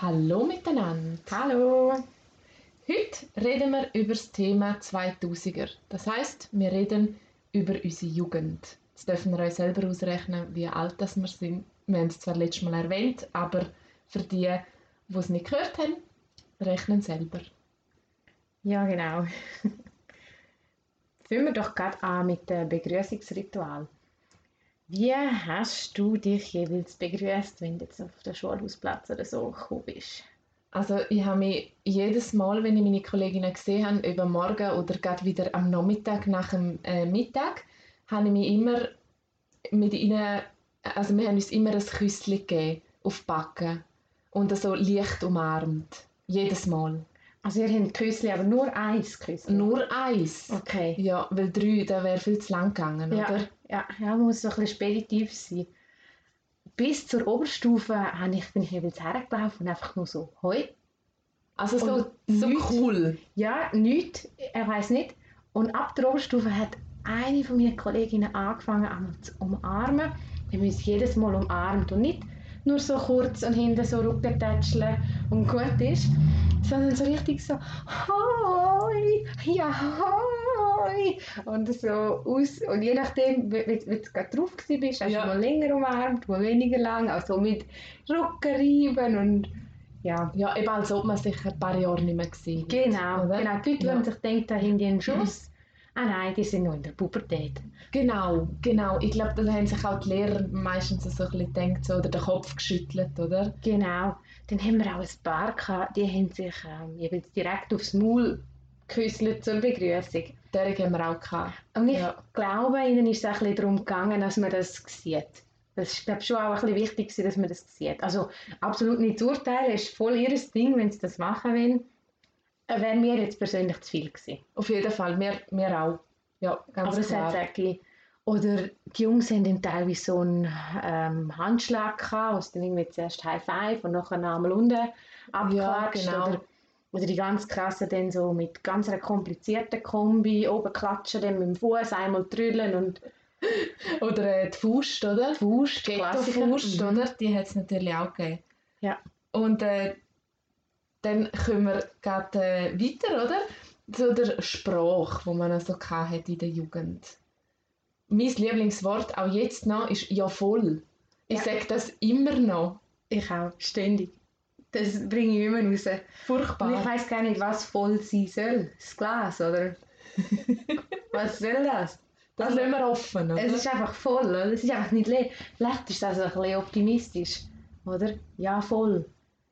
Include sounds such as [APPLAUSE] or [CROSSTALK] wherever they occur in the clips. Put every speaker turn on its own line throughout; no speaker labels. Hallo miteinander.
Hallo.
Heute reden wir über das Thema 2000er. Das heißt, wir reden über unsere Jugend. Jetzt dürfen wir euch selber ausrechnen, wie alt das wir sind. Wir haben es zwar letztes Mal erwähnt, aber für die, die es nicht gehört haben, rechnen selber.
Ja, genau. [LAUGHS] Fangen wir doch gerade an mit dem Begrüßungsritual. Wie hast du dich jeweils begrüßt, wenn du jetzt auf den Schulhausplatz oder so gekommen bist?
Also ich habe mich jedes Mal, wenn ich meine Kolleginnen gesehen habe, über Morgen oder gerade wieder am Nachmittag nach dem äh, Mittag, habe ich mich immer mit ihnen, also wir haben uns immer ein Küsschen gegeben auf die Backen und so leicht umarmt. Jedes Mal.
Also ihr habt Küssli, aber nur eins Küssli?
Nur eins.
Okay.
Ja, weil drei, da wäre viel zu lang gegangen,
Ja,
oder?
ja, ja, man muss so ein bisschen speditiv sein. Bis zur Oberstufe habe ich, bin ich jeweils hergelaufen und einfach nur so, hoi.
Also so,
Und
so
nichts.
cool.
Ja, nichts, er weiß nicht. Und ab der Oberstufe hat eine von meinen Kolleginnen angefangen, einmal zu umarmen. Wir haben uns jedes Mal umarmt und nicht nur so kurz und hinten so rückgetätscheln und gut ist, sondern so richtig so Hoi, ja Hoi und so aus und je nachdem, wie, wie, wie du gerade drauf gewesen bist, hast
Ja.
du mal länger umarmt, mal weniger lang, also mit Rückenreiben und ja.
Ja, eben als ob man sich ein paar Jahre nicht mehr gesehen hat,
Genau,
oder?
genau. Die Leute,
Ja.
wenn sich denkt, da haben die einen Schuss. Ah nein, die sind noch in der Pubertät.
Genau, genau. Ich glaube, da haben sich auch die Lehrer meistens so ein bisschen gedacht so, oder den Kopf geschüttelt, oder?
Genau. Dann haben wir auch ein paar gehabt, die haben sich ähm, jeweils direkt aufs Maul geküsselt zur Begrüßung.
Der haben wir auch gehabt.
Und ich
Ja.
glaube, ihnen ist es auch ein bisschen darum gegangen, dass man das sieht. Das ist, glaube ich, schon auch ein bisschen wichtig, gewesen, dass man das sieht. Also absolut nicht zu urteilen, ist voll ihr Ding, wenn sie das machen wollen. Äh, Wäre mir jetzt persönlich zu viel gewesen.
Auf jeden Fall, wir, wir auch. Ja, ganz
Aber es hat
klar.
wirklich. Oder die Jungs haben dann teilweise so einen ähm, Handschlag gehabt, wo es dann irgendwie zuerst High Five und nachher einmal unten abgeklatscht.
genau.
oder, oder die ganz krassen dann so mit ganz einer komplizierten Kombi, oben klatschen, dann mit dem Fuß einmal drüllen und
Oder äh, die Faust, oder? Die Faust,
Klassiker.
Ghetto-Faust,
Mhm.
oder? Die hat es natürlich auch gegeben.
Ja.
Und äh, dann kommen wir gerade äh, weiter, oder? Zu der Sprache, die man also hatte in der Jugend. Mein Lieblingswort, auch jetzt noch, ist «ja voll». Ich
Ja.
sage das immer noch.
ich auch, ständig. Das bringe ich immer raus. Und ich
Furchtbar.
weiß gar nicht, was voll sein soll. Das Glas, oder? [LAUGHS] was soll das?
Das lassen wir offen, oder?
Es ist einfach voll, oder? Es ist einfach nicht leer. Vielleicht ist das also ein bisschen optimistisch, oder? Ja, voll.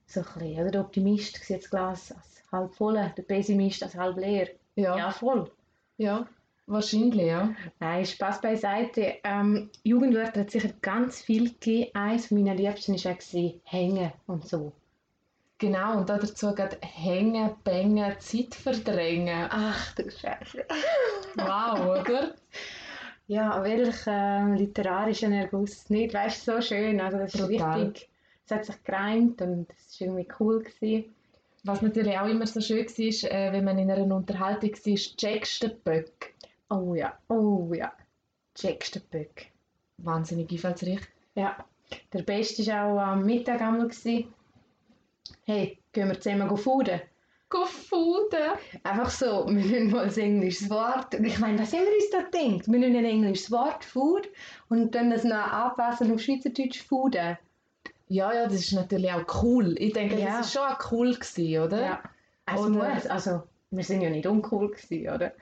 So ein bisschen, oder? Der Optimist sieht das Glas als halb voll, der Pessimist als halb leer. Ja,
ja.
voll.
ja, wahrscheinlich, ja.
Nein, Spaß beiseite. Ähm, Jugendwörter hat sicher ganz viel gegeben. Eines meiner Liebsten war auch hängen und so.
Genau, und dazu geht «hängen», «bängen», «Zeit verdrängen».
Ach du Scheiße.
Wow, [LAUGHS] oder?
Ja, welch ähm, literarischen Erguss. Nicht, weißt du, so schön. Also, das ist
Brutal.
richtig. Es hat sich gereimt und es war irgendwie cool. Gewesen.
Was natürlich auch immer so schön war, äh, wenn man in einer Unterhaltung war, checkst du den Böck.
Oh ja, oh ja. Checkst den Böck.
Wahnsinnig einfallsreich.
Ja. Der Beste war auch am Mittag einmal. gewesen. Hey, gehen wir zusammen go fouden?
Gefunden!
Einfach so, [LAUGHS] wir müssen mal ein englisches Wort. Ich meine, was haben wir uns da gedacht? Wir müssen ein englisches Wort, Food, und dann das noch anpassen auf Schweizerdeutsch, Fooden.
Ja, ja, das ist natürlich auch cool. Ich denke,
Ja.
das war schon auch cool, gewesen, oder?
Ja. Es
Oder-
muss, also, wir sind ja nicht uncool gewesen, oder?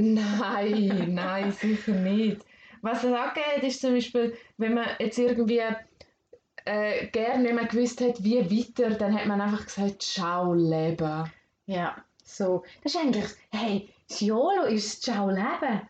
Nein, nein, sicher nicht. Was es auch gegeben hat, ist zum Beispiel, wenn man jetzt irgendwie äh, gerne nicht mehr gewusst hat, wie weiter, dann hat man einfach gesagt, schau, Leben.
Ja. So, das ist eigentlich, hey, das YOLO ist das Ciao Leben.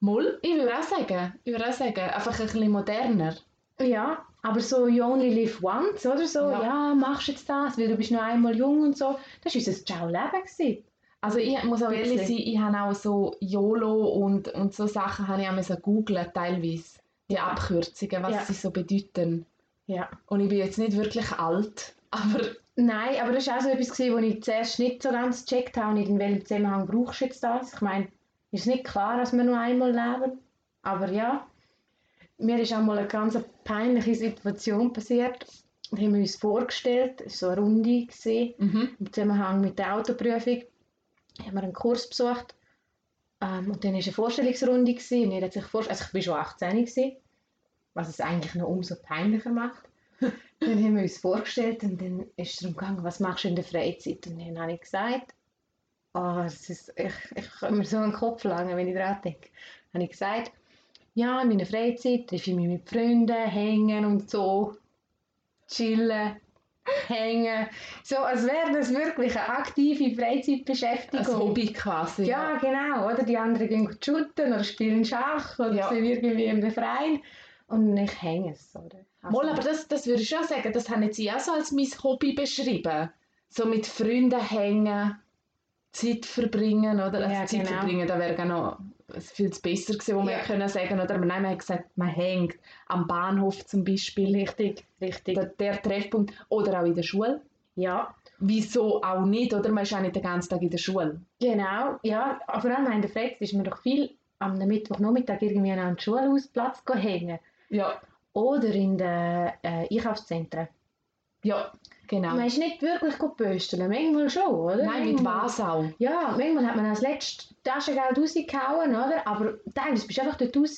Moll, ich würde auch sagen, ich würde auch sagen, einfach ein bisschen moderner.
Ja, aber so you only live once, oder so,
Ja.
ja, machst jetzt das, weil du bist noch einmal jung und so. Das war unser Ciao-Leben. gewesen.
Also ich muss auch ehrlich sein,
Bisschen.
ich habe auch so YOLO und, und so Sachen habe ich auch müssen googlen teilweise. Die
Ja.
Abkürzungen, was
Ja.
sie so bedeuten.
Ja.
Und ich bin jetzt nicht wirklich alt, aber
Nein, aber das war auch so etwas, gewesen, wo ich zuerst nicht so ganz gecheckt habe, nicht in welchem Zusammenhang brauchst du jetzt das. Ich meine, ist nicht klar, dass wir nur einmal leben, aber ja. Mir ist auch mal eine ganz peinliche Situation passiert. Und haben wir uns vorgestellt, es war so eine Runde gesehen,
Mhm.
im Zusammenhang mit der Autoprüfung, haben wir einen Kurs besucht. Ähm, und dann war eine Vorstellungsrunde gewesen, und jeder hat sich vorgestellt, also ich war schon 18 gewesen, was es eigentlich noch umso peinlicher macht. dann haben wir uns vorgestellt und dann ist es darum gegangen, was machst du in der Freizeit? Und dann habe ich gesagt, oh, es ist, ich, ich kann mir so einen Kopf langen, wenn ich daran denke. Dann habe ich gesagt, ja, in meiner Freizeit treffe ich mich mit Freunden, hängen und so, chillen, [LAUGHS] hängen. So, als wäre das wirklich eine aktive Freizeitbeschäftigung.
[LAUGHS] Als Hobby quasi.
Ja, genau, oder? Die anderen gehen shooten oder spielen Schach oder
Ja.
sind irgendwie im Verein und ich hänge es, oder? Also-
Mal, aber das, das würde ich schon sagen, das haben jetzt ich auch so als mein Hobby beschrieben. So mit Freunden hängen, Zeit verbringen, oder? Also
Ja,
Zeit
genau.
verbringen, da wäre genau viel zu besser gewesen, wo man
Ja.
können sagen oder? Aber nein, man hat gesagt, man hängt am Bahnhof zum Beispiel,
Richtig, richtig.
der, der Treffpunkt, oder auch in der Schule.
Ja,
Wieso auch nicht, oder? Man ist auch nicht den ganzen Tag in der Schule.
genau. Ja, vor allem in der Freizeit ist mir doch viel am Mittwochnachmittag irgendwie an einem Schulhausplatz gehen hängen.
Ja,
Oder in den äh, Einkaufszentren.
ja, genau.
Man ist nicht wirklich gut pösteln, manchmal schon, oder?
Nein, mit
Manchmal-
was auch.
Ja, manchmal hat man als letztes Taschengeld rausgehauen, oder? Aber teilweise bist du einfach dort raus.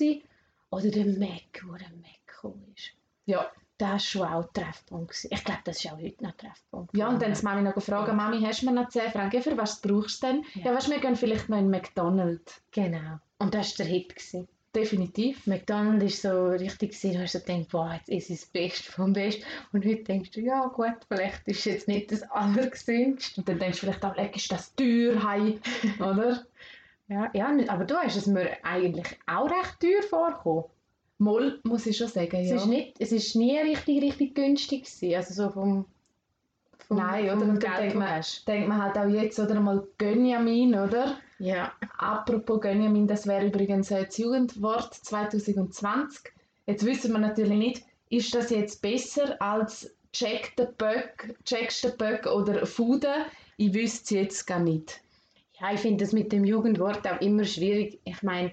Oder der Mac, wo der Mac gekommen ist.
Ja.
Das war schon auch ein Treffpunkt. gewesen. Ich glaube, das ist auch heute noch ein Treffpunkt.
Ja, und dann hat die Mami noch gefragt, Mami, hast du mir noch 10 Franken? Für was brauchst du denn? Ja,
Ja.
weißt du, wir gehen vielleicht noch in McDonald's.
Genau. Und das war der Hit. Gewesen.
Definitiv.
McDonald's ist so richtig, gewesen, du hast so gedacht, wow, jetzt ist es das Beste vom Besten. Und heute denkst du, ja gut, vielleicht ist jetzt nicht das Allergesündeste.
Und dann denkst du vielleicht auch, leck, ist das teuer,
[LAUGHS]
hei, oder?
Ja, ja, nicht- aber du hast es mir eigentlich auch recht teuer vorgekommen.
Moll, muss ich schon sagen,
Es,
ja.
ist nicht, es ist nie richtig, richtig günstig gewesen. Also so vom, vom
Nein, oder?
vom
Und dann
Geld,
denkt
wo du
man,
hast.
denkt man halt auch jetzt, oder mal Gönjamin, oder?
Ja,
Apropos Gönjamin, das wäre übrigens äh, das Jugendwort 2020. Jetzt wissen wir natürlich nicht, ist das jetzt besser als Check the Böck, Checkst the Böck oder Fuden? Ich wüsste es jetzt gar nicht.
Ja, ich finde das mit dem Jugendwort auch immer schwierig. Ich meine,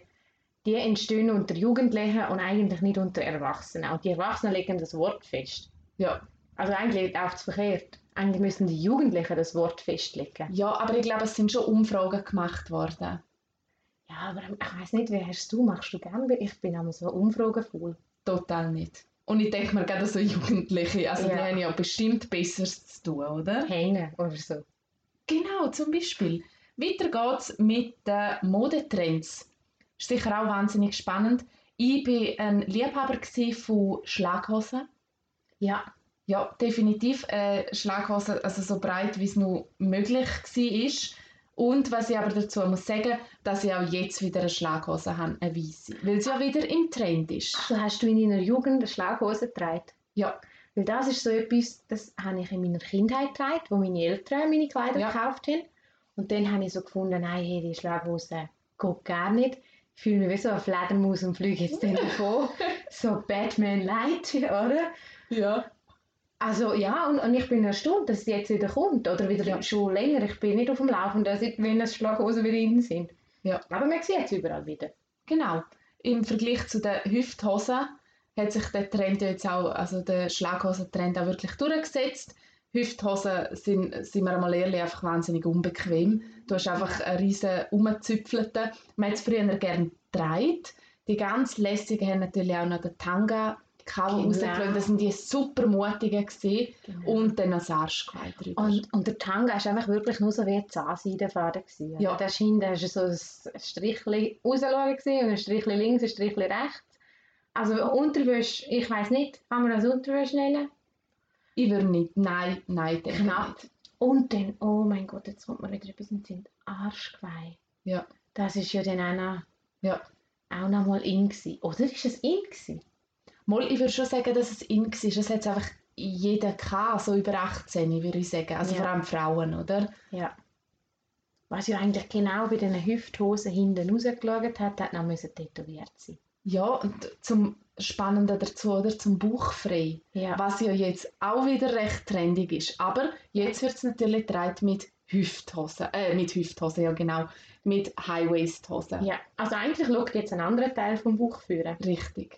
die entstehen unter Jugendlichen und eigentlich nicht unter Erwachsenen. Auch die Erwachsenen legen das Wort fest.
Ja.
Also eigentlich läuft es verkehrt. Eigentlich müssen die Jugendlichen das Wort festlegen.
Ja, aber ich glaube, es sind schon Umfragen gemacht worden.
Ja, aber ich weiß nicht, wie hast du? Machst du gerne? Ich bin immer so umfragenvoll.
Total nicht. Und ich denke mir gerade so Jugendliche, also die
Ja.
haben ja bestimmt Besseres zu tun, oder?
Hängen oder so.
Genau, zum Beispiel. Weiter geht's mit den Modetrends. Ist sicher auch wahnsinnig spannend. Ich war ein Liebhaber gewesen von Schlaghosen.
Ja,
Ja, definitiv äh, Schlaghosen, also so breit, wie es nur möglich war. Und was ich aber dazu muss sagen, dass ich auch jetzt wieder eine Schlaghose habe, eine weiße. Weil es ja wieder im Trend ist.
also hast du in deiner Jugend eine Schlaghose getragen?
Ja.
Weil das ist so etwas, das habe ich in meiner Kindheit getragen, wo meine Eltern meine Kleider
Ja.
gekauft haben. Und dann habe ich so gefunden, nein, hey, die Schlaghose geht gar nicht. Ich fühle mich wie so eine Fledermaus und fliege jetzt
[LAUGHS]
dann davon. so Batman Light, oder?
Ja.
Also ja, und, und ich bin erstaunt, dass es jetzt wieder kommt. Oder wieder
Ja.
schon länger. Ich bin nicht auf dem Laufenden, seit- wenn es Schlaghosen wieder innen sind.
Ja.
Aber man sieht es überall wieder.
Genau. Im Vergleich zu den Hüfthosen hat sich der Trend ja jetzt auch, also der Schlaghosen-Trend auch wirklich durchgesetzt. Hüfthosen sind, sind wir mal ehrlich, einfach wahnsinnig unbequem. Du hast einfach einen riesen Umzüpfelte. Man hat es früher gerne getragen. Die ganz lässigen haben natürlich auch noch den Tanga genau.
Genau.
rausgelassen. Das sind die super mutigen gewesen. Und dann noch das Arschgeweih drüber.
Und, und der Tanga war einfach wirklich nur so wie ein Zahnseidenfaden. gewesen.
Ja.
Das hinten war so ein Strichchen rausschauen gewesen und ein Strichchen links, ein Strichchen rechts. Also Unterwäsche, ich weiss nicht, kann man das Unterwäsche nennen?
ich würde nicht, nein, nein, denke ich
Knapp.
nicht.
Und dann, oh mein Gott, jetzt kommt mir wieder etwas in den Sinn. Arschgeweih.
Ja.
Das ist ja dann auch noch,
Ja.
auch noch mal in gewesen. Oder ist es in gewesen?
Mal, ich würde schon sagen, dass es in war. Es hat einfach jeder gehabt, so über 18, würde ich sagen. Also
Ja.
vor allem Frauen, oder?
Ja. Was ja eigentlich genau bei diesen Hüfthosen hinten rausgeschaut hat, hat noch müssen tätowiert sein.
Ja, und zum Spannenden dazu, oder? Zum Bauchfrei.
Ja.
Was ja jetzt auch wieder recht trendig ist. Aber jetzt wird es natürlich getragen mit Hüfthosen. Äh, mit Hüfthosen, ja genau. Mit High-Waist-Hosen.
Ja, also eigentlich schaut jetzt ein anderer Teil vom Buch führen.
Richtig.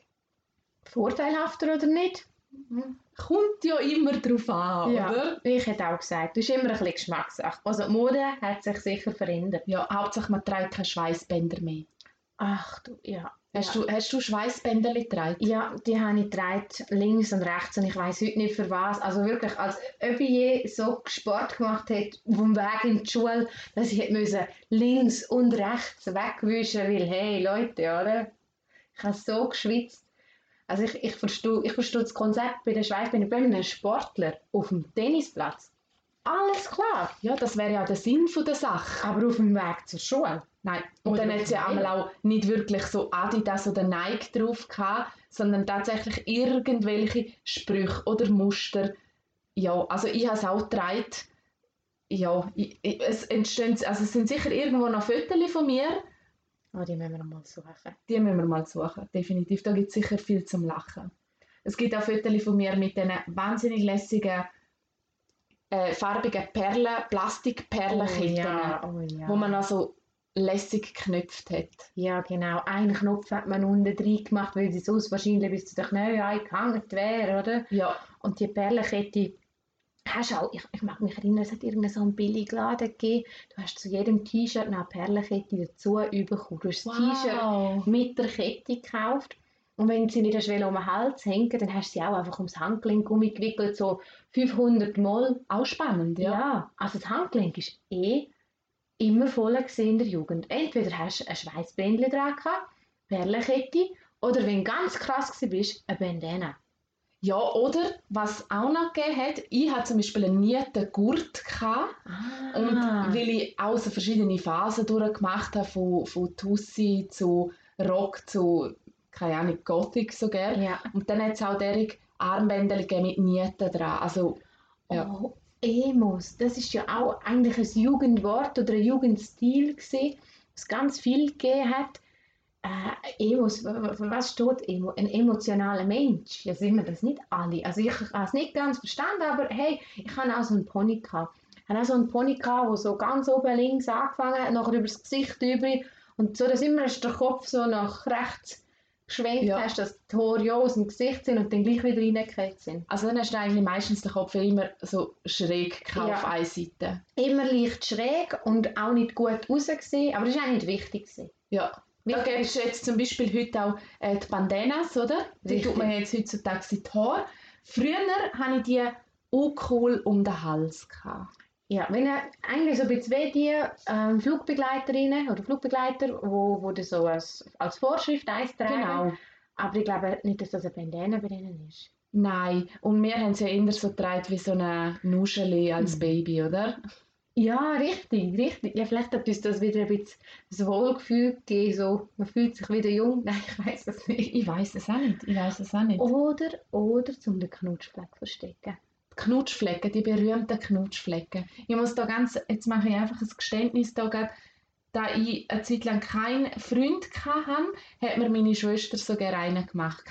Vorteilhafter oder nicht? Mhm.
Kommt ja immer drauf an,
Ja.
oder?
Ich hätte auch gesagt, das ist immer ein bisschen Geschmackssache. Also die Mode hat sich sicher verändert.
Ja, Hauptsache man trägt keine Schweißbänder mehr.
Ach du, ja.
Hast
ja.
du, hast du Schweißbänder getragen?
Ja, die habe ich getragen, links und rechts und ich weiß heute nicht für was. Also wirklich, als ob ich je so Sport gemacht hätte vom Weg in die Schule, dass ich hätte müssen links und rechts wegwischen, weil hey Leute, oder? Ich habe so geschwitzt. Also ich, ich, verstehe, ich verstehe das Konzept bei der Schweiz, bin ich bei einem Sportler auf dem Tennisplatz. Alles klar,
Ja, das wäre ja der Sinn von der Sache.
aber auf dem Weg zur Schule.
Nein, und
Oder
dann hat sie
auf
ja
dem
einmal auch nicht wirklich so Adidas oder Nike drauf gehabt, sondern tatsächlich irgendwelche Sprüche oder Muster. Ja, also ich habe es auch getragen. Ja, ich, ich, es entstehen, also es sind sicher irgendwo noch Fotos von mir,
Oh, die müssen wir noch mal suchen.
die müssen wir mal suchen, definitiv. Da gibt es sicher viel zum Lachen. Es gibt auch Fotos von mir mit diesen wahnsinnig lässigen äh, farbigen Perlen, Plastikperlenketten,
oh, ja.
wo man noch so lässig geknüpft hat.
Ja, genau. Einen Knopf hat man unten drin gemacht, weil sie sonst wahrscheinlich bis zu den Knöcheln eingehängt wäre, oder?
Ja,
Und die Perlenkette hast du auch, ich, ich mag mich erinnern, es hat irgendeinen so einen Billigladen gegeben. Du hast zu jedem T-Shirt noch eine Perlenkette dazu bekommen. Du hast das T-Shirt mit der Kette gekauft. Und wenn sie nicht schnell um den Hals hängen, dann hast du sie auch einfach ums Handgelenk umgewickelt, so 500 Mal.
Auch spannend,
Ja.
ja.
also das Handgelenk ist eh immer voll gewesen in der Jugend. Entweder hast du ein Schweißbändchen dran gehabt, Perlenkette, oder wenn du ganz krass gewesen bist, eine Bandana.
Ja, oder was auch noch gegeben hat, ich hatte zum Beispiel einen nieten Gurt. Gehabt,
Ah.
und weil ich auch so verschiedene Phasen durchgemacht habe, von, von Tussi zu Rock zu, keine Ahnung, Gothic sogar.
ja.
Und dann hat es auch derig Armbänder gegeben mit Nieten dran. Also, Ja.
Oh, Emos, das ist ja auch eigentlich ein Jugendwort oder ein Jugendstil gewesen, was ganz viel gegeben hat. Äh, Emos, w- w- für was steht Emo? Ein emotionaler Mensch. Ja, sind wir das nicht alle. Also ich habe es nicht ganz verstanden, aber hey, ich habe auch so einen Pony gehabt. Ich habe auch so einen Pony gehabt, der so ganz oben links angefangen hat, nachher über das Gesicht über und so, dass immer erst der Kopf so nach rechts geschwenkt
Ja.
hast, dass die Haare ja aus dem Gesicht sind und dann gleich wieder reingekehrt sind.
also dann hast du eigentlich meistens den Kopf immer so schräg gehabt
Ja.
auf eine Seite.
immer leicht schräg und auch nicht gut ausgesehen, aber das war auch nicht wichtig. gewesen.
Ja. Da
Wichtig-
gibt es jetzt zum Beispiel heute auch äh, die Bandanas, oder? Die
Richtig.
tut man jetzt heutzutage in die Haare. Früher hatte ich die uncool um den Hals. Gehabt.
Ja, wenn er eigentlich so ein bisschen wie die ähm, Flugbegleiterinnen oder Flugbegleiter, wo, wo das so als, als Vorschrift eins tragen.
Genau.
Aber ich glaube nicht, dass das eine Bandana bei ihnen ist.
Nein. Und wir haben sie ja eher so getragen wie so eine Nuscheli als
Mhm.
Baby, oder?
Ja, richtig, richtig. Ja, vielleicht hat uns das wieder ein bisschen das Wohlgefühl gegeben, so, man fühlt sich wieder jung. [LAUGHS] Nein, ich weiß es nicht.
Ich, ich weiß es auch nicht. Ich weiß es auch nicht.
Oder, oder zum den Knutschfleck verstecken.
Die Knutschflecken, die berühmten Knutschflecken. Ich muss da ganz, jetzt mache ich einfach ein Geständnis da gerade. Da ich eine Zeit lang keinen Freund hatte, hat mir meine Schwester sogar einen gemacht.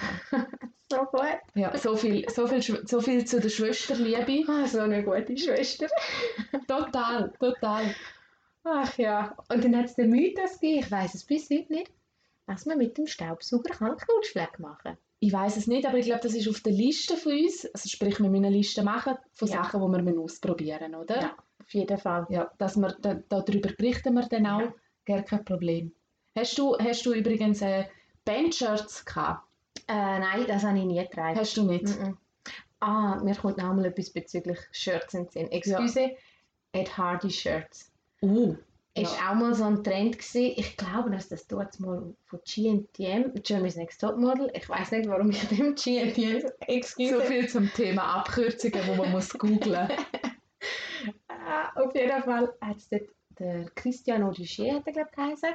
So gut.
Ja, so viel, so viel, Schw- so viel zu der Schwesterliebe.
Ah, so eine gute Schwester.
Total, total.
Ach ja, und dann hat es den Mythos gegeben, ich weiß es bis heute nicht, dass man mit dem Staubsauger kann Knutschfleck machen
Ich weiß es nicht, aber ich glaube, das ist auf der Liste von uns. Also sprich, wir müssen eine Liste machen von
Ja.
Sachen, die wir müssen ausprobieren müssen, oder?
Ja. kann. Auf jeden Fall.
ja dass wir, da, darüber berichten wir dann auch.
Ja.
Gar kein Problem. Hast du, hast du übrigens äh, Bandshirts gehabt?
Äh, nein, das habe ich nie getragen.
Hast du nicht?
Mm-mm. Ah, mir kommt noch mal etwas bezüglich Shirts in den Sinn. Excuse, Ed Hardy Shirts.
Uh,
Ist auch mal so ein Trend gewesen. Ich glaube, dass das dort mal von G&M, Germany's Next Topmodel, ich weiß nicht, warum ich [LAUGHS] dem G&M, excuse,
so viel zum Thema Abkürzungen, wo man muss
[LAUGHS]
googlen.
Ah, auf jeden Fall hat es dort der Christian Audigier, hat er, glaube ich, geheißen.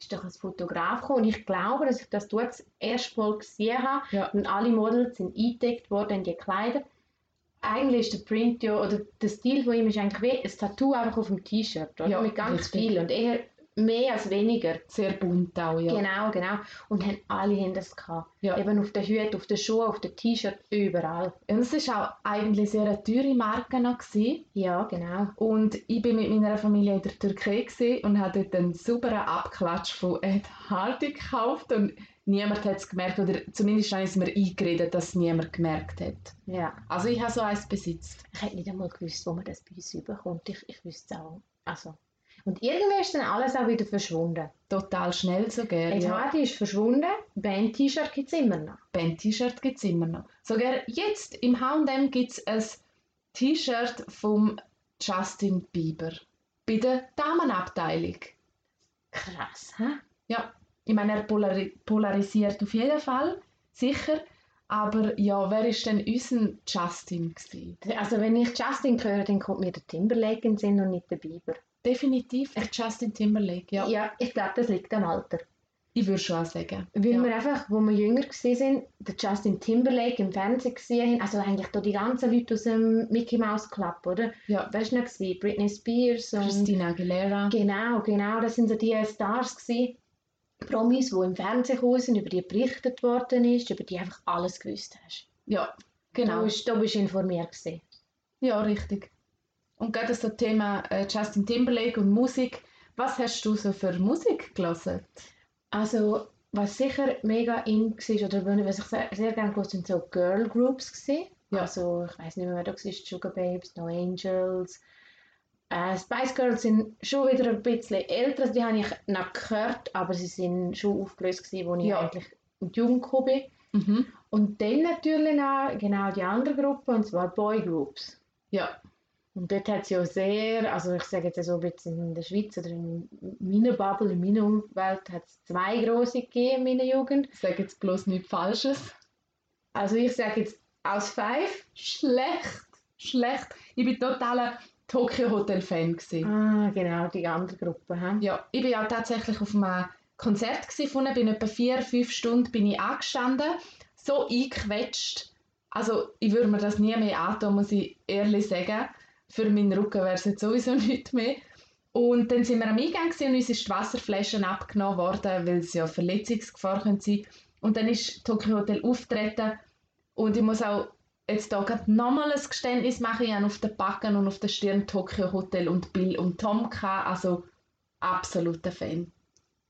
Ist doch als Fotograf gekommen. Und ich glaube, dass ich das dort das erste Mal gesehen habe.
Ja.
Und alle Models sind eingedeckt worden in die Kleider. Eigentlich ist der Print ja, oder der Stil von ihm ist eigentlich wie ein Tattoo einfach auf dem T-Shirt. oder?
Ja,
Mit ganz
richtig.
viel und eher mehr als weniger.
Sehr bunt auch, ja.
Genau, genau. Und haben alle haben das gehabt.
Ja.
Eben auf den Hüten, auf den Schuhen, auf den T-Shirt, überall.
Und es war auch eigentlich sehr eine teure Marke noch. Gewesen.
Ja, genau.
Und ich bin mit meiner Familie in der Türkei gewesen und habe dort einen sauberen Abklatsch von Ed Hardy gekauft. Und niemand hat es gemerkt oder zumindest haben sie mir eingeredet, dass es niemand gemerkt hat.
Ja.
Also ich habe so eins besitzt.
Ich hätte nicht einmal gewusst, wo man das bei uns überkommt. Ich, ich wüsste es auch. Also. Und irgendwann ist dann alles auch wieder verschwunden.
Total schnell sogar.
Die
Ja.
Hardy ist verschwunden, Band-T-Shirt gibt es immer noch.
Band-T-Shirt gibt es immer noch. Sogar jetzt im H&M gibt es ein T-Shirt vom Justin Bieber. Bei der Damenabteilung.
Krass, hä?
Ja, ich meine, er polari polarisiert auf jeden Fall, sicher. Aber ja, wer ist denn unser Justin gewesen?
Also wenn ich Justin höre, dann kommt mir der Timberlake in den Sinn und nicht der Bieber.
Definitiv der Justin Timberlake, ja.
ich glaube, das liegt am Alter.
Ich würde schon auch sagen.
Weil
Ja.
wir einfach, wo wir jünger waren, den Justin Timberlake im Fernsehen gesehen haben, also eigentlich da die ganzen Leute aus dem Mickey Mouse Club, oder?
Ja,
Weißt du noch, gewesen? Britney Spears und...
Christina Aguilera.
Genau, genau, das sind so die Stars gewesen, Promis, die im Fernsehen gekommen sind, über die berichtet worden ist, über die einfach alles gewusst hast.
Ja,
Du
genau.
bist, du bist informiert gewesen.
Ja, richtig. Und gerade das Thema äh, Justin Timberlake und Musik. Was hast du so für Musik gelesen?
Also, was sicher mega in war, oder wenn- was ich sehr, sehr gerne gehört sind so Girl Groups gewesen.
Ja.
Also, ich weiß nicht mehr, wer da war, Sugar Babes, No Angels. Äh, Spice Girls sind schon wieder ein bisschen älter, Also, die habe ich noch gehört, aber sie sind schon aufgelöst gewesen, als ich
Ja.
eigentlich in die Jugend gekommen bin.
Mhm.
Und dann natürlich noch genau die andere Gruppe, und zwar Boygroups.
Ja,
Und dort hat es ja sehr, also ich sage jetzt so ein bisschen in der Schweiz oder in meiner Bubble, in meiner Umwelt, hat es zwei grosse gegeben in meiner Jugend.
ich sage jetzt bloß nichts Falsches.
Also ich sage jetzt aus fünf.
Schlecht, schlecht. Ich bin totaler Tokyo Hotel Fan. gewesen.
Ah, genau, die andere Gruppe. He?
Ja, ich bin ja tatsächlich auf einem Konzert gewesen von ihnen. bin etwa vier, fünf Stunden bin ich angestanden, so eingequetscht. Also ich würde mir das nie mehr antun, muss ich ehrlich sagen. Für meinen Rücken wäre es jetzt sowieso [LAUGHS] nicht mehr. Und dann sind wir am Eingang gewesen und uns ist die Wasserflaschen abgenommen worden, weil es ja Verletzungsgefahr könnte sein. Und dann ist Tokyo Hotel auftreten und ich muss auch jetzt da gerade nochmal ein Geständnis machen. Ich habe auf den Backen und auf der Stirn Tokyo Hotel und Bill und Tom gehabt. Also absoluter Fan.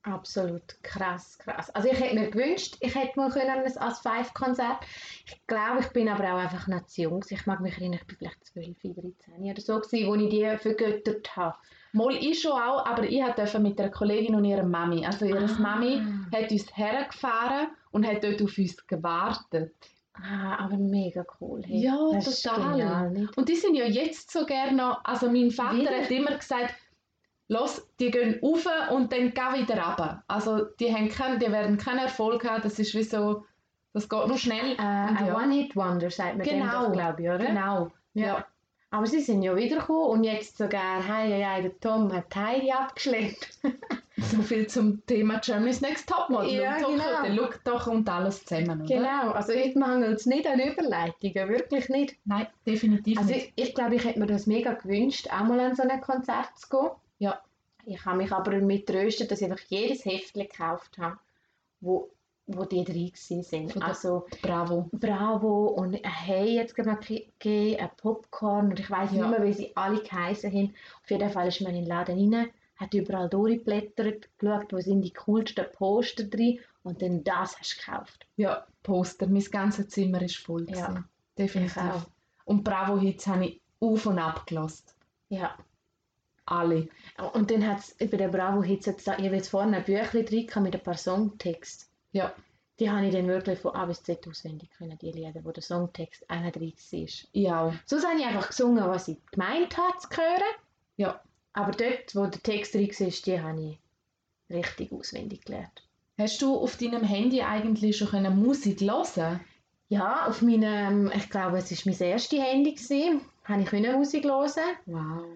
Absolut krass, krass. Also ich hätte mir gewünscht, ich hätte mal können an ein aus fünf Konzert. Ich glaube, ich bin aber auch einfach noch zu jung. gewesen. Ich mag mich erinnern, ich bin vielleicht 12, 13 oder so, gewesen, wo ich die vergöttert habe.
Mal ich schon auch, aber ich durfte mit einer Kollegin und ihrer Mami. Also ihre
Ah.
Mami hat uns hergefahren und hat dort auf uns gewartet.
Ah, aber mega cool. hey.
Ja,
das ist
total.
genial, nicht?
Und die sind ja jetzt so gerne noch, also mein Vater
Wieder?
hat immer gesagt, los, die gehen rauf und dann gehen wieder runter. Also die, haben kein, die werden keinen Erfolg haben, das ist wie so, das geht nur schnell.
Äh, ein
ja.
One-Hit-Wonder sagt man
Genau.
dem doch, glaube ich, oder?
Genau,
Ja.
ja.
Aber sie sind ja wiedergekommen und jetzt sogar, hei, hei, hei, der Tom hat die Heidi abgeschleppt.
So viel zum Thema Germany's Next Topmodel
Ja,
und
genau.
Tokyo, der Look doch und alles zusammen, oder?
Genau, also jetzt mangelt es nicht an Überleitungen, wirklich nicht.
Nein, definitiv
Also
nicht.
ich, ich glaube, ich hätte mir das mega gewünscht, auch mal an so ein Konzert zu gehen.
Ja.
Ich habe mich aber damit tröstet, dass ich einfach jedes Heftchen gekauft habe, wo, wo die drin
Von
gewesen sind.
der-
Also
Bravo.
Bravo und ein Hey jetzt gerade mal gegeben, ein Popcorn und ich weiß
Ja.
nicht mehr, wie sie alle geheißen haben. Auf jeden Fall ist man in den Laden rein, hat überall durchgeblättert, geschaut, wo sind die coolsten Poster drin und dann das hast du gekauft.
Ja, Poster, mein ganzes Zimmer ist voll.
Ja.
gewesen.
Ich
Definitiv.
auch.
Und Bravo-Hits habe ich auf und ab gelassen.
Ja.
Alle.
Und dann hat es bei der Bravo Hits jetzt da jeweils vorne ein Büchlein drin gehabt mit ein paar Songtext.
Ja.
Die habe ich dann wirklich von A bis Z auswendig können, die Lieder, wo der Songtext einer drin war.
Ich auch.
Sonst habe ich einfach gesungen, was ich gemeint habe zu hören.
Ja.
Aber dort, wo der Text drin war, die habe ich richtig auswendig gelernt.
Hast du auf deinem Handy eigentlich schon können Musik hören?
Ja, auf meinem, ich glaube, es war mein erstes Handy, gewesen, habe ich können Musik hören.
Wow.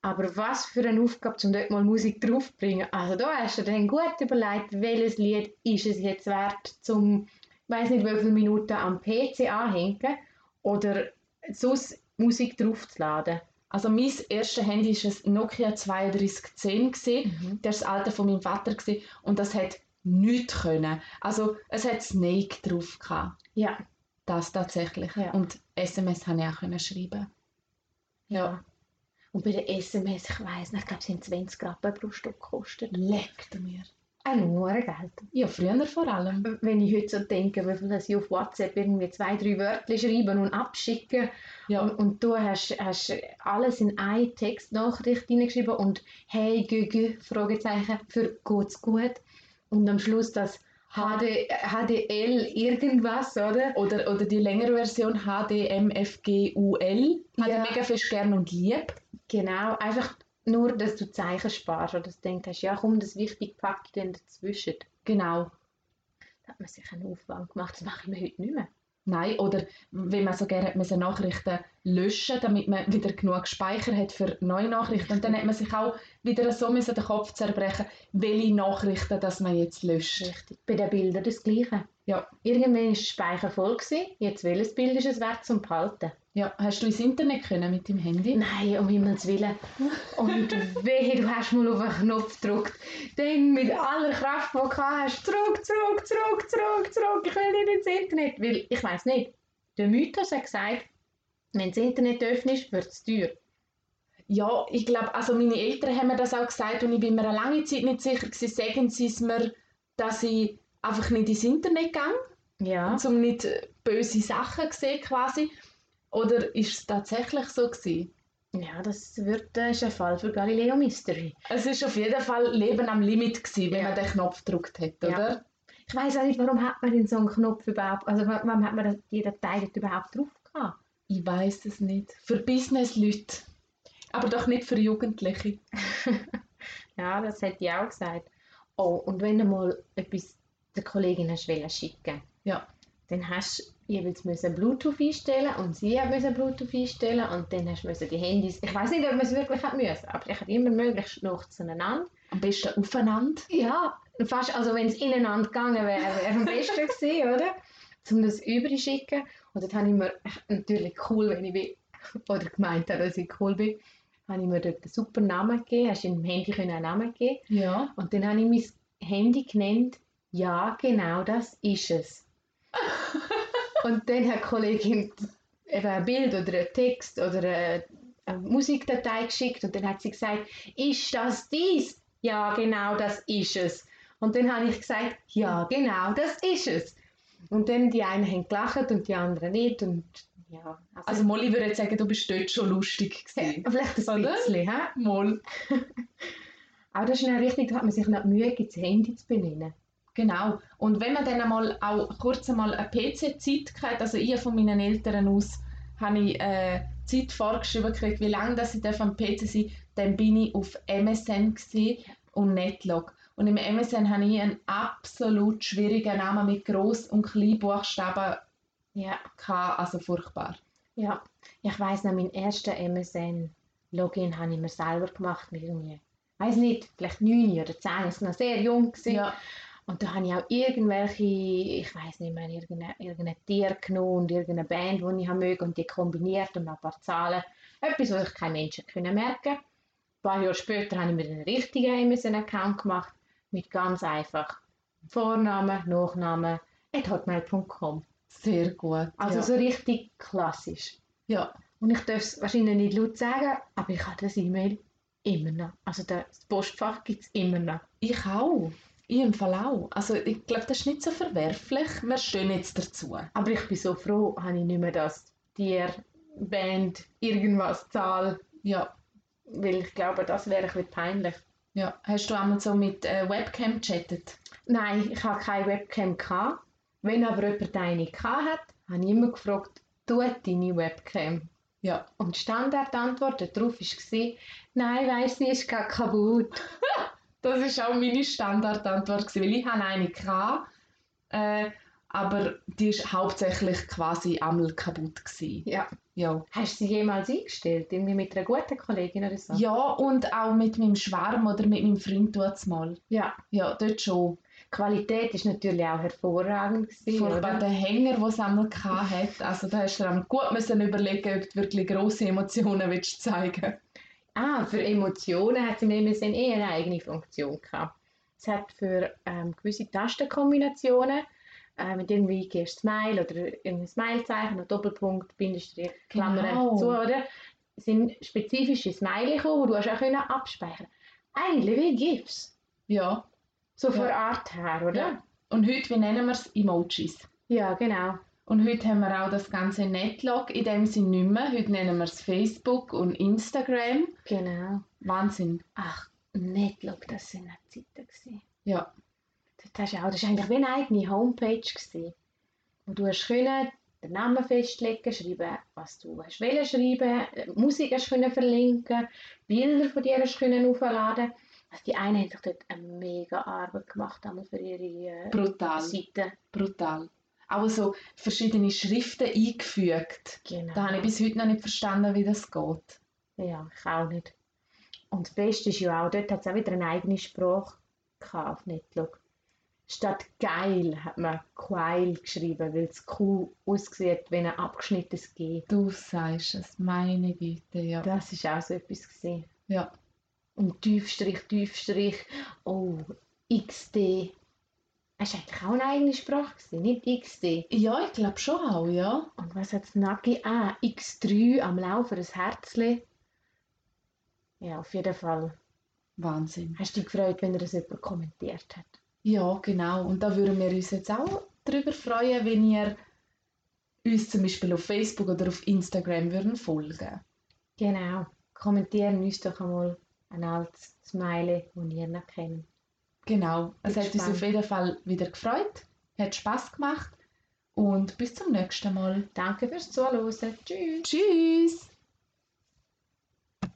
Aber was für eine Aufgabe, um dort mal Musik draufzubringen. Also da hast du dir dann gut überlegt, welches Lied ist es jetzt wert, zum, ich weiss nicht, wie viele Minuten am PC anhängen oder sonst Musik draufzuladen.
Also mein erstes Handy war ein Nokia 3210. gewesen.
Mhm.
Das war das alte von meinem Vater gewesen. und das hat nichts können. Also es hat Snake drauf gehabt.
Ja.
Das tatsächlich.
Ja.
Und SMS konnte ich auch können schreiben.
Ja. Und bei der SMS, ich weiss nicht, ich glaube, es sind 20 Rappen pro Stück gekostet.
Leckt mir.
Ah, Ein hoher Geld.
Ja, früher vor allem.
Wenn ich heute so denke, wie viel sie auf WhatsApp irgendwie zwei, drei Wörter schreiben und abschicken.
Ja.
Und, und du hast, hast alles in eine Textnachricht hineingeschrieben und hey, Gügü, Fragezeichen, für geht's gut. Und am Schluss das HD, HDL irgendwas, oder?
Oder, oder die längere Version HDMFGUL. Hat
Ja.
ich mega fest gern und lieb.
Genau, einfach nur, dass du Zeichen sparst oder dass du denkst, hast, ja komm, das Wichtige packe ich dann dazwischen.
Genau.
Da hat man sich einen Aufwand gemacht, das machen wir heute nicht mehr.
Nein, oder wenn man so gerne müssen Nachrichten löschen damit man wieder genug Speicher hat für neue Nachrichten. Und dann hat man sich auch wieder so müssen den Kopf zerbrechen welche Nachrichten dass man jetzt löscht.
Richtig. Bei den Bildern das Gleiche.
Ja.
Irgendwann war der Speicher voll, gewesen. jetzt welches Bild ist es wert zum Behalten?
Ja. Hast du ins Internet können mit dem Handy?
Nein, um Himmels Willen. Und wehe, du hast mal auf einen Knopf gedrückt. Dann mit aller Kraft, die du gehabt hast, zurück, zurück, zurück, zurück, zurück. Ich will nicht ins Internet. Weil, ich weiss nicht, der Mythos hat gesagt, wenn das Internet öffnest, wird es teuer.
Ja, ich glaube, also meine Eltern haben mir das auch gesagt und ich bin mir eine lange Zeit nicht sicher gewesen. Sagen sie es mir, dass ich einfach nicht ins Internet gehe?
Ja.
um nicht äh, böse Sachen zu sehen quasi? Oder ist es tatsächlich so gewesen?
Ja, das wird, äh, ist ein Fall für Galileo Mystery.
Es ist auf jeden Fall Leben am Limit gewesen, wenn
Ja.
man den Knopf gedrückt hat,
Ja.
oder?
Ich weiß auch nicht, warum hat man denn so einen Knopf überhaupt, also wa- warum hat man das, jeder Teil dort überhaupt drauf gehabt?
Ich weiß es nicht. Für Business-Leute. Aber doch nicht für Jugendliche.
Ja, das hätte ich auch gesagt. Oh, und wenn du mal etwas der Kollegin hast wollen schicken
Ja.
dann hast du jeweils müssen Bluetooth einstellen und sie hat müssen Bluetooth einstellen und dann hast du müssen die Handys, ich weiß nicht, ob man es wirklich hat müssen, aber ich habe immer möglichst noch zueinander.
Am besten aufeinander.
Ja, fast, also wenn es ineinander gegangen wäre, wäre am besten gewesen, oder? Um das überschicken. Und dort habe ich mir, natürlich cool, wenn ich bin, oder gemeint habe, dass ich cool bin, habe ich mir dort einen super Namen gegeben, hast du im Handy können einen Namen geben
Ja.
Und dann habe ich mein Handy genannt, ja, genau das ist es. Und dann hat die Kollegin eben ein Bild oder einen Text oder eine, eine Musikdatei geschickt und dann hat sie gesagt, ist das dies? Ja, genau das ist es. Und dann habe ich gesagt, ja, genau das ist es. Und dann die einen haben gelacht und die anderen nicht. Und ja, also,
Also Molly würde jetzt sagen, du bist dort schon lustig gewesen.
[LAUGHS] vielleicht ein
Also, Oder?
bisschen. He?
Moll.
Aber das ist dann richtig, da hat man sich noch die Mühe gegeben, das Handy zu benennen.
Genau. Und wenn man dann einmal auch kurz einmal eine PC-Zeit hatte, also ich von meinen Eltern aus, habe ich äh, Zeit vorgeschrieben gekriegt, wie lange dass ich darf am PC sein darf. Dann bin ich auf MSN gewesen und Netlog. Und im MSN habe ich einen absolut schwierigen Namen mit Groß- und Kleinbuchstaben,
Ja,
gehabt, also furchtbar.
Ja, ich weiss noch, meinen ersten MSN-Login habe ich mir selber gemacht mit irgendwie, weiß nicht, vielleicht 9 oder 10, ich war noch sehr jung. Gewesen.
Ja.
Und da habe ich auch irgendwelche, ich weiß nicht mehr, irgendein, irgendein Tier genommen und irgendeine Band, die ich möge und die kombiniert und noch ein paar Zahlen. Etwas, was ich kein Mensch hätte können merken Ein paar Jahre später habe ich mir einen richtigen MSN-Account gemacht, mit ganz einfach Vorname, Nachname, at hotmail.com.
Sehr gut.
Also
ja.
so richtig klassisch.
ja.
Und ich darf es wahrscheinlich nicht laut sagen, aber ich habe das E-Mail immer noch. Also der- das Postfach gibt es immer noch.
Ich auch. Ich im Fall auch. Also ich glaube, das ist nicht so verwerflich. Wir stehen jetzt dazu.
Aber ich bin so froh, habe ich nicht mehr das Tier, Band, irgendwas, Zahl.
Ja.
Weil ich glaube, das wäre ein bisschen peinlich.
ja. Hast du einmal so mit äh, Webcam chattet?
Nein, ich habe keine Webcam. Gehabt. Wenn aber jemand eine gehabt hat, habe ich immer gefragt, tut deine Webcam?
Ja.
Und die Standardantwort darauf war, nein, weiss nicht, ist gar kaputt.
Das ist auch meine Standardantwort, gewesen, weil ich habe eine hatte, äh, aber die ist hauptsächlich quasi einmal kaputt gewesen.
Ja.
Ja.
Hast du sie jemals eingestellt? Irgendwie mit einer guten Kollegin oder so?
ja, und auch mit meinem Schwarm oder mit meinem Freund tut es mal.
Ja,
Ja, dort schon.
die Qualität ist natürlich auch hervorragend gewesen,
Vor bei
oder?
den Hänger, die es einmal hatte, also da hast du dir einmal gut müssen überlegen, ob du wirklich grosse Emotionen willst zeigen
Ah, für Emotionen hat es im MSN eh eine eigene Funktion gehabt. Es hat für ähm, gewisse Tastenkombinationen, äh, mit irgendwie gehst du Smile oder irgendein Smilezeichen, ein Doppelpunkt, Bindestrich, Klammer
Genau.
zu, oder? Sind spezifische Smiley gekommen, die du hast auch können abspeichern Eigentlich wie GIFs.
Ja,
So von
Ja.
der Art her, oder?
Ja. Und heute, wie nennen wir es? Emojis.
Ja, genau.
Und heute haben wir auch das ganze Netlog in dem Sinn nicht mehr. Heute nennen wir es Facebook und Instagram.
Genau.
Wahnsinn.
Ach, Netlog, das sind auch Zeiten gewesen.
Ja.
Dort hast du auch, das war eigentlich wie eine eigene Homepage gewesen. Wo du hast können, den Namen festlegen, schreiben, was du hast wollen schreiben, äh, Musik hast können verlinken, Bilder von dir hast können aufladen. Also die einen haben sich dort eine mega Arbeit gemacht, einmal für ihre äh,
Brutal.
Seite.
Brutal. Auch so verschiedene Schriften eingefügt.
Genau.
Da habe ich bis heute noch nicht verstanden, wie das geht.
Ja, ich auch nicht. Und das Beste ist ja auch, dort hat es auch wieder eine eigene Sprache gehabt auf Netlog. Statt geil hat man Quail geschrieben, weil das Q aussieht wie ein abgeschnittenes G.
Du sagst es, meine Güte, ja.
Das ist auch so etwas. Gewesen.
Ja.
Und Tiefstrich, Tiefstrich, oh, XD. Das war eigentlich auch eine eigene Sprache, gewesen, nicht XD.
Ja, ich glaube schon auch, ja.
Und was hat das Nagi? Ah, X3 am Laufen, ein Herzchen. Ja, auf jeden Fall.
Wahnsinn.
Hast du dich gefreut, wenn er das jemand kommentiert hat?
Ja, genau. Und da würden wir uns jetzt auch darüber freuen, wenn ihr uns zum Beispiel auf Facebook oder auf Instagram würden folgen.
Genau. Kommentieren uns doch einmal ein altes Smiley, das ihr noch kennt.
Genau.
Bin
Es hat uns
gespannt.
auf jeden Fall wieder gefreut, hat Spaß gemacht und bis zum nächsten Mal.
Danke fürs Zuhören. Tschüss.
Tschüss!